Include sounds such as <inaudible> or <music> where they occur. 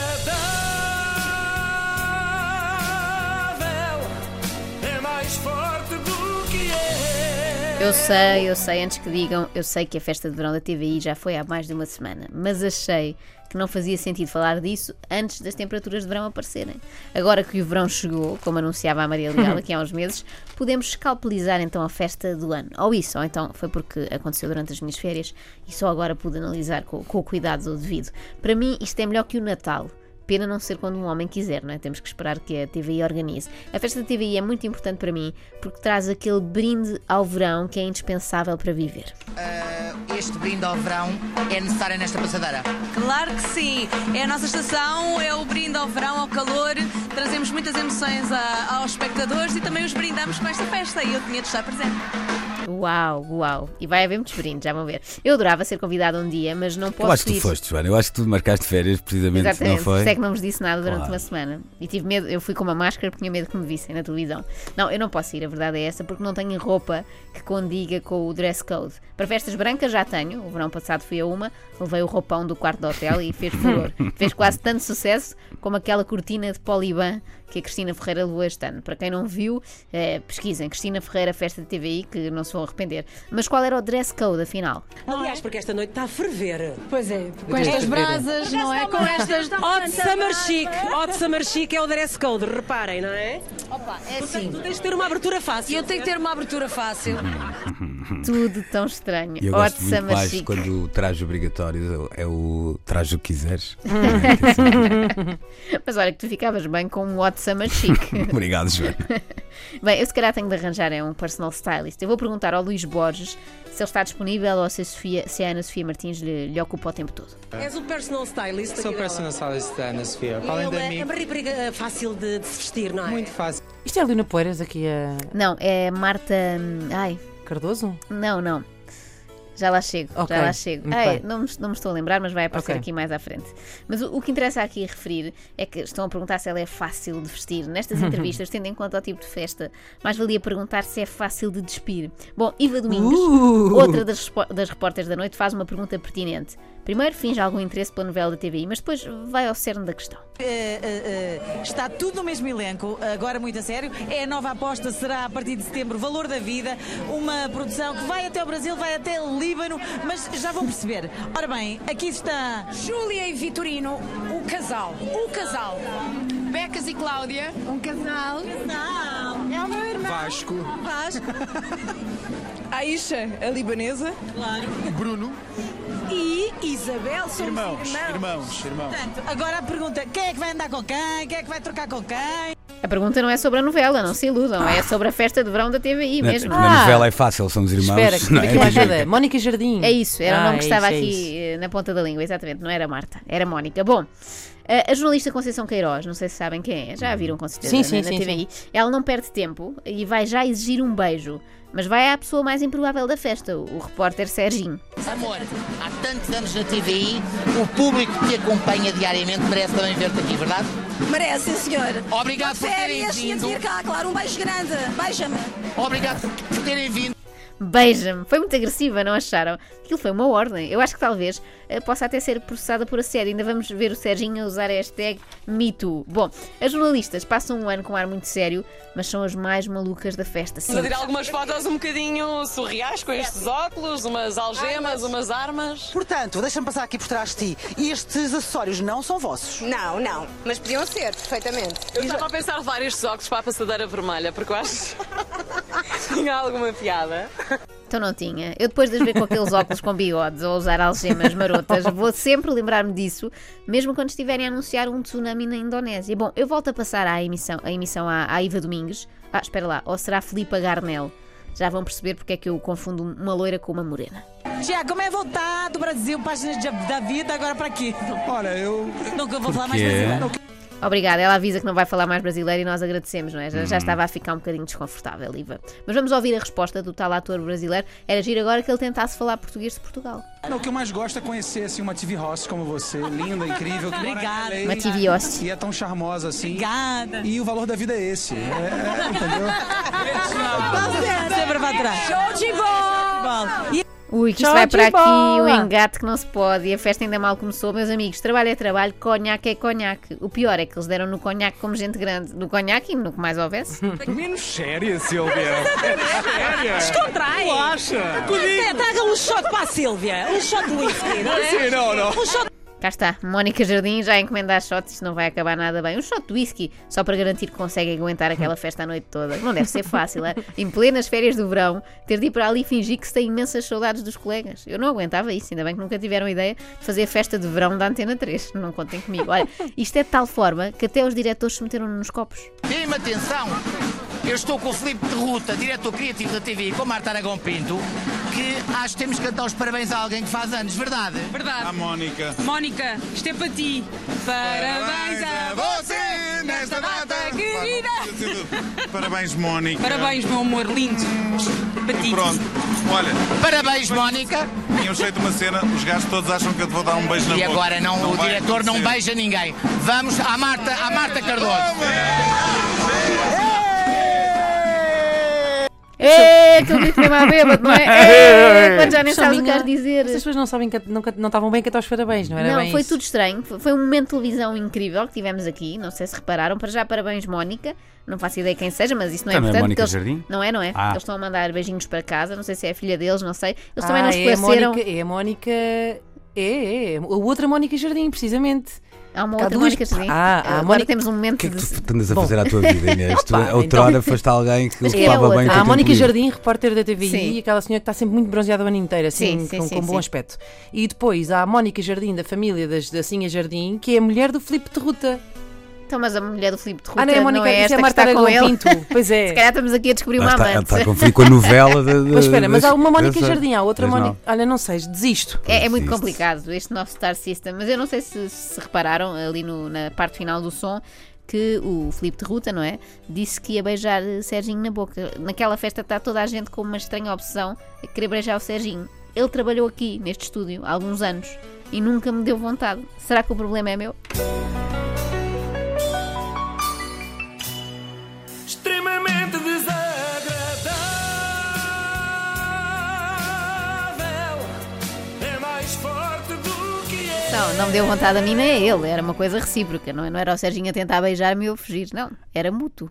É Eu sei, eu sei, antes que digam, eu sei que a festa de verão da TVI já foi há mais de uma semana, mas achei que não fazia sentido falar disso antes das temperaturas de verão aparecerem. Agora que o verão chegou, como anunciava a Maria Leal aqui há uns meses, podemos escalpelizar então a festa do ano. Ou isso, ou então foi porque aconteceu durante as minhas férias e só agora pude analisar com, com o cuidado devido. Para mim, isto é melhor que o Natal. Pena não ser quando um homem quiser, não é? Temos que esperar que a TVI organize. A festa da TVI é muito importante para mim porque traz aquele brinde ao verão que é indispensável para viver. Ah, este brinde ao verão é necessário nesta passadeira. Claro que sim! É a nossa estação, é o brinde ao verão, ao calor, trazemos muitas emoções a- aos espectadores e também os brindamos com esta festa e eu tinha de estar presente. Uau, uau. E vai haver muitos brindes, já vão ver. Eu adorava ser convidada um dia, mas não posso Eu acho que ir. tu foste, Joana. Eu acho que tu marcaste férias, precisamente, Exatamente, por não foi? isso é que não vos disse nada durante Claro. uma semana. E tive medo, eu fui com uma máscara porque tinha medo que me vissem na televisão. Não, eu não posso ir, a verdade é essa, porque não tenho roupa que condiga com o dress code. Para festas brancas já tenho, o verão passado fui a uma, levei o roupão do quarto do hotel e fez <laughs> furor. fez quase tanto sucesso como aquela cortina de Poliban que a Cristina Ferreira levou este ano. Para quem não viu, eh, pesquisem Cristina Ferreira Festa de TVI, que não se vão arrepender. Mas qual era o dress code, afinal? Aliás, porque esta noite está a ferver. Pois é, com estas brasas, não é? Com estas. Hot Summer Chic. Hot Summer Chic é o dress code, reparem, não é? É assim. Tu tens de ter uma abertura fácil. Eu tenho que ter uma abertura fácil. Tudo tão estranho. Hum. E eu Hot gosto muito Summer mais Chic. quando o traje obrigatório é o traje o que <laughs> quiseres. <laughs> Mas olha que tu ficavas bem com um hot summer <laughs> chic. Obrigado, Joana. bem, eu se calhar tenho de arranjar é um personal stylist. Eu vou perguntar ao Luís Borges se ele está disponível ou se a, Sofia- se a Ana Sofia Martins lhe, lhe ocupa o tempo todo. És o personal stylist. Sou aqui da personal stylist da Ana Sofia. Para Lola. além Ele de é- é mim, uma rapariga eh, fácil de, de se vestir, não é? muito fácil. Isto é a Luna Poeiras aqui a Não, é Marta. hum, Ai, Cardoso? não, não. Já lá chego, Ok, já lá chego. muito Ai, bem. não, me- não me estou a lembrar, mas vai aparecer Ok. aqui mais à frente. Mas o, o que interessa aqui referir é que estão a perguntar se ela é fácil de <laughs> vestir. Nestas entrevistas, tendo em conta o tipo de festa, mais valia perguntar se é fácil de despir. Bom, Iva Domingos, Uh! outra das, respo- das repórteres da noite, faz uma pergunta pertinente. Primeiro finge algum interesse pela novela da TVI, mas depois vai ao cerne da questão. Eh, eh, eh, está tudo no mesmo elenco, agora muito a sério. É a nova aposta, será a partir de setembro, Valor da Vida, uma produção que vai até o Brasil, vai até o Líbano, mas já vão perceber. Ora bem, aqui está. Júlia e Vitorino, o casal. O casal. Becas e Cláudia, um casal. Não, é o meu irmão. Vasco, Vasco, <laughs> Aisha, a libanesa. claro. Bruno, E Isabel, somos irmãos, irmãos, irmãos. Portanto, agora a pergunta: quem é que vai andar com quem? Quem é que vai trocar com quem? A pergunta não é sobre a novela, não se iludam, é sobre a festa de verão da TVI Na, mesmo. na Ah. novela é fácil, somos irmãos. Espera, que não tive aqui uma é? ajuda. Mónica Jardim. É isso, era o nome Ah, que é estava isso, é aqui isso. eh, na ponta da língua, exatamente, não era Marta, era Mónica. Bom, eh, a jornalista Conceição Queiroz, não sei se sabem quem é, já a viram com certeza Sim, na- sim, na sim, TVI, ela não perde tempo e vai já exigir um beijo, mas vai à pessoa mais improvável da festa, o repórter Serginho. Amor, há tantos anos na TVI, o público que te acompanha diariamente merece também ver-te aqui, verdade? Merece, senhor. Obrigado por terem vindo. cá, claro, um beijo grande. Beija-me. Obrigado por terem vindo. Beija-me! Foi muito agressiva, não acharam? Aquilo foi uma ordem. Eu acho que talvez eh, possa até ser processada por assédio. Ainda vamos ver o Serginho a usar a hashtag MeToo. Bom, as jornalistas passam um ano com um ar muito sério, mas são as mais malucas da festa, sim. tirar algumas fotos um bocadinho surreais com estes óculos, umas algemas, umas armas. Portanto, deixa-me passar aqui por trás de ti. Estes acessórios não são vossos. Não, não, mas podiam ser, perfeitamente. Eu estava a pensar levar estes óculos para a passadeira vermelha, porque eu acho que tinha alguma piada. Então não tinha. Eu depois de as ver com aqueles óculos com bigodes ou usar algemas marotas, vou sempre lembrar-me disso, mesmo quando estiverem a anunciar um tsunami na Indonésia. Bom, eu volto a passar à emissão, a emissão à, à Iva Domingues. Ah, espera lá, ou será Filipa Garnel? Já vão perceber porque é que eu confundo uma loira com uma morena. Tiago, como é voltar do Brasil, páginas de- da vida, agora para aqui? Olha, eu Nunca vou falar mais Porquê? brasileiro. Obrigada, ela avisa que não vai falar mais brasileiro e nós agradecemos, não é? Já, já estava a ficar um bocadinho desconfortável, Iva. Mas vamos ouvir a resposta do tal ator brasileiro. Era giro agora que ele tentasse falar português de Portugal. Não, o que eu mais gosto é conhecer assim, uma TV host como você, linda, incrível. Que mora em Obrigada. LA, Uma TV host. E é tão charmosa assim. Obrigada. E o valor da vida é esse. É, é, entendeu? Sempre para trás. Show de bola! Bola. E Ui, que isto Show vai de para aqui um bola! engate que não se pode e a festa ainda mal começou, meus amigos. Trabalho é trabalho, conhaque é conhaque. O pior é que eles deram no conhaque como gente grande. No conhaque e no que mais houvesse. Menos séria, Silvia. Descontrai. Relaxa. Até Traga um shot para a Silvia. Um shot de whisky, não é? Sim, não, não. Um shot Cá está, Mónica Jardim já a encomendar shots, isto não vai acabar nada bem. Um shot de whisky, só para garantir que consegue aguentar aquela festa a noite toda. Não deve ser fácil, é? em plenas férias do verão, ter de ir para ali e fingir que se tem imensas saudades dos colegas. Eu não aguentava isso, ainda bem que nunca tiveram ideia de fazer festa de verão da Antena 3. Não contem comigo. Olha, isto é de tal forma que até os diretores se meteram nos copos. Dê-me atenção, eu estou com o Filipe de Ruta, diretor criativo da TV, com Marta Aragão Pinto, que acho que temos que cantar os parabéns a alguém que faz anos, verdade? Verdade. A Mónica. Mónica, isto é para ti. Parabéns a você nesta data querida. Parabéns, Mónica. Parabéns, meu amor lindo. Para ti. Pronto, olha, Parabéns, Mónica. tinham feito uma cena, os gajos todos acham que eu te vou dar um beijo na E boca. agora não, o vai diretor não acontecer. beija ninguém. Vamos à Marta, à Marta Cardoso. É, aquele grito mesmo à bêbado, <laughs> não é? É, quando já nem sabes o que queres dizer. Essas pessoas não sabem que não, não estavam bem que até os parabéns, não era Não, bem foi isso? tudo estranho. Foi foi um momento de televisão incrível que tivemos aqui. Não sei se repararam. Para já, parabéns, Mónica. Não faço ideia quem seja, mas isso não é Então não é importante. porque Mónica eles... Jardim? Não é, não é? Ah. Eles estão a mandar beijinhos para casa. Não sei se é a filha deles, não sei. Eles Ah, também não é a esclareceram. Mónica- É a Mónica. É, é, é. A outra Mónica Jardim, precisamente. Há uma Há outra duas- Mónica Jardim. Ah, há a Agora Mónica- temos um O momento que é que de. <laughs> tu, tu andas a fazer à tua vida, Inês? Tu, Opa, outrora então- foste alguém que quem é a ocupava outra? bem o Há teu a Ah, Mónica tempo livre. Jardim, repórter da TVI, Sim. aquela senhora que está sempre muito bronzeada o ano inteiro, assim, Sim, sim, com, com sim, bom sim. aspecto. E depois há a Mónica Jardim, da família das, da Sinha Jardim, que é a mulher do Filipe de Ruta. Então, mas a mulher do Filipe de Ruta Ah, não é a Mónica, isso é esta a que Marta está com Aragão ele. Pinto. Pois é. <laughs> Se calhar estamos aqui a descobrir Lá uma Ah, está, amante. está a confundir com a novela da. da Mas espera, mas das- há uma Mónica das- Jardim, há outra das nove. Mónica. Olha, não sei, desisto. É, é muito Existe. complicado este nosso Star System, mas eu não sei se se repararam ali no- na parte final do som que o Filipe de Ruta, não é? Disse que ia beijar eh, Serginho na boca. Naquela festa está toda a gente com uma estranha obsessão a querer beijar o Serginho. Ele trabalhou aqui, neste estúdio, há alguns anos e nunca me deu vontade. Será que o problema é meu? Extremamente desagradável. É mais forte do que é. Não, não me deu vontade a mim nem a ele. Era uma coisa recíproca, não é? Não era o Serginho a tentar beijar-me e eu fugir. Não, era mútuo.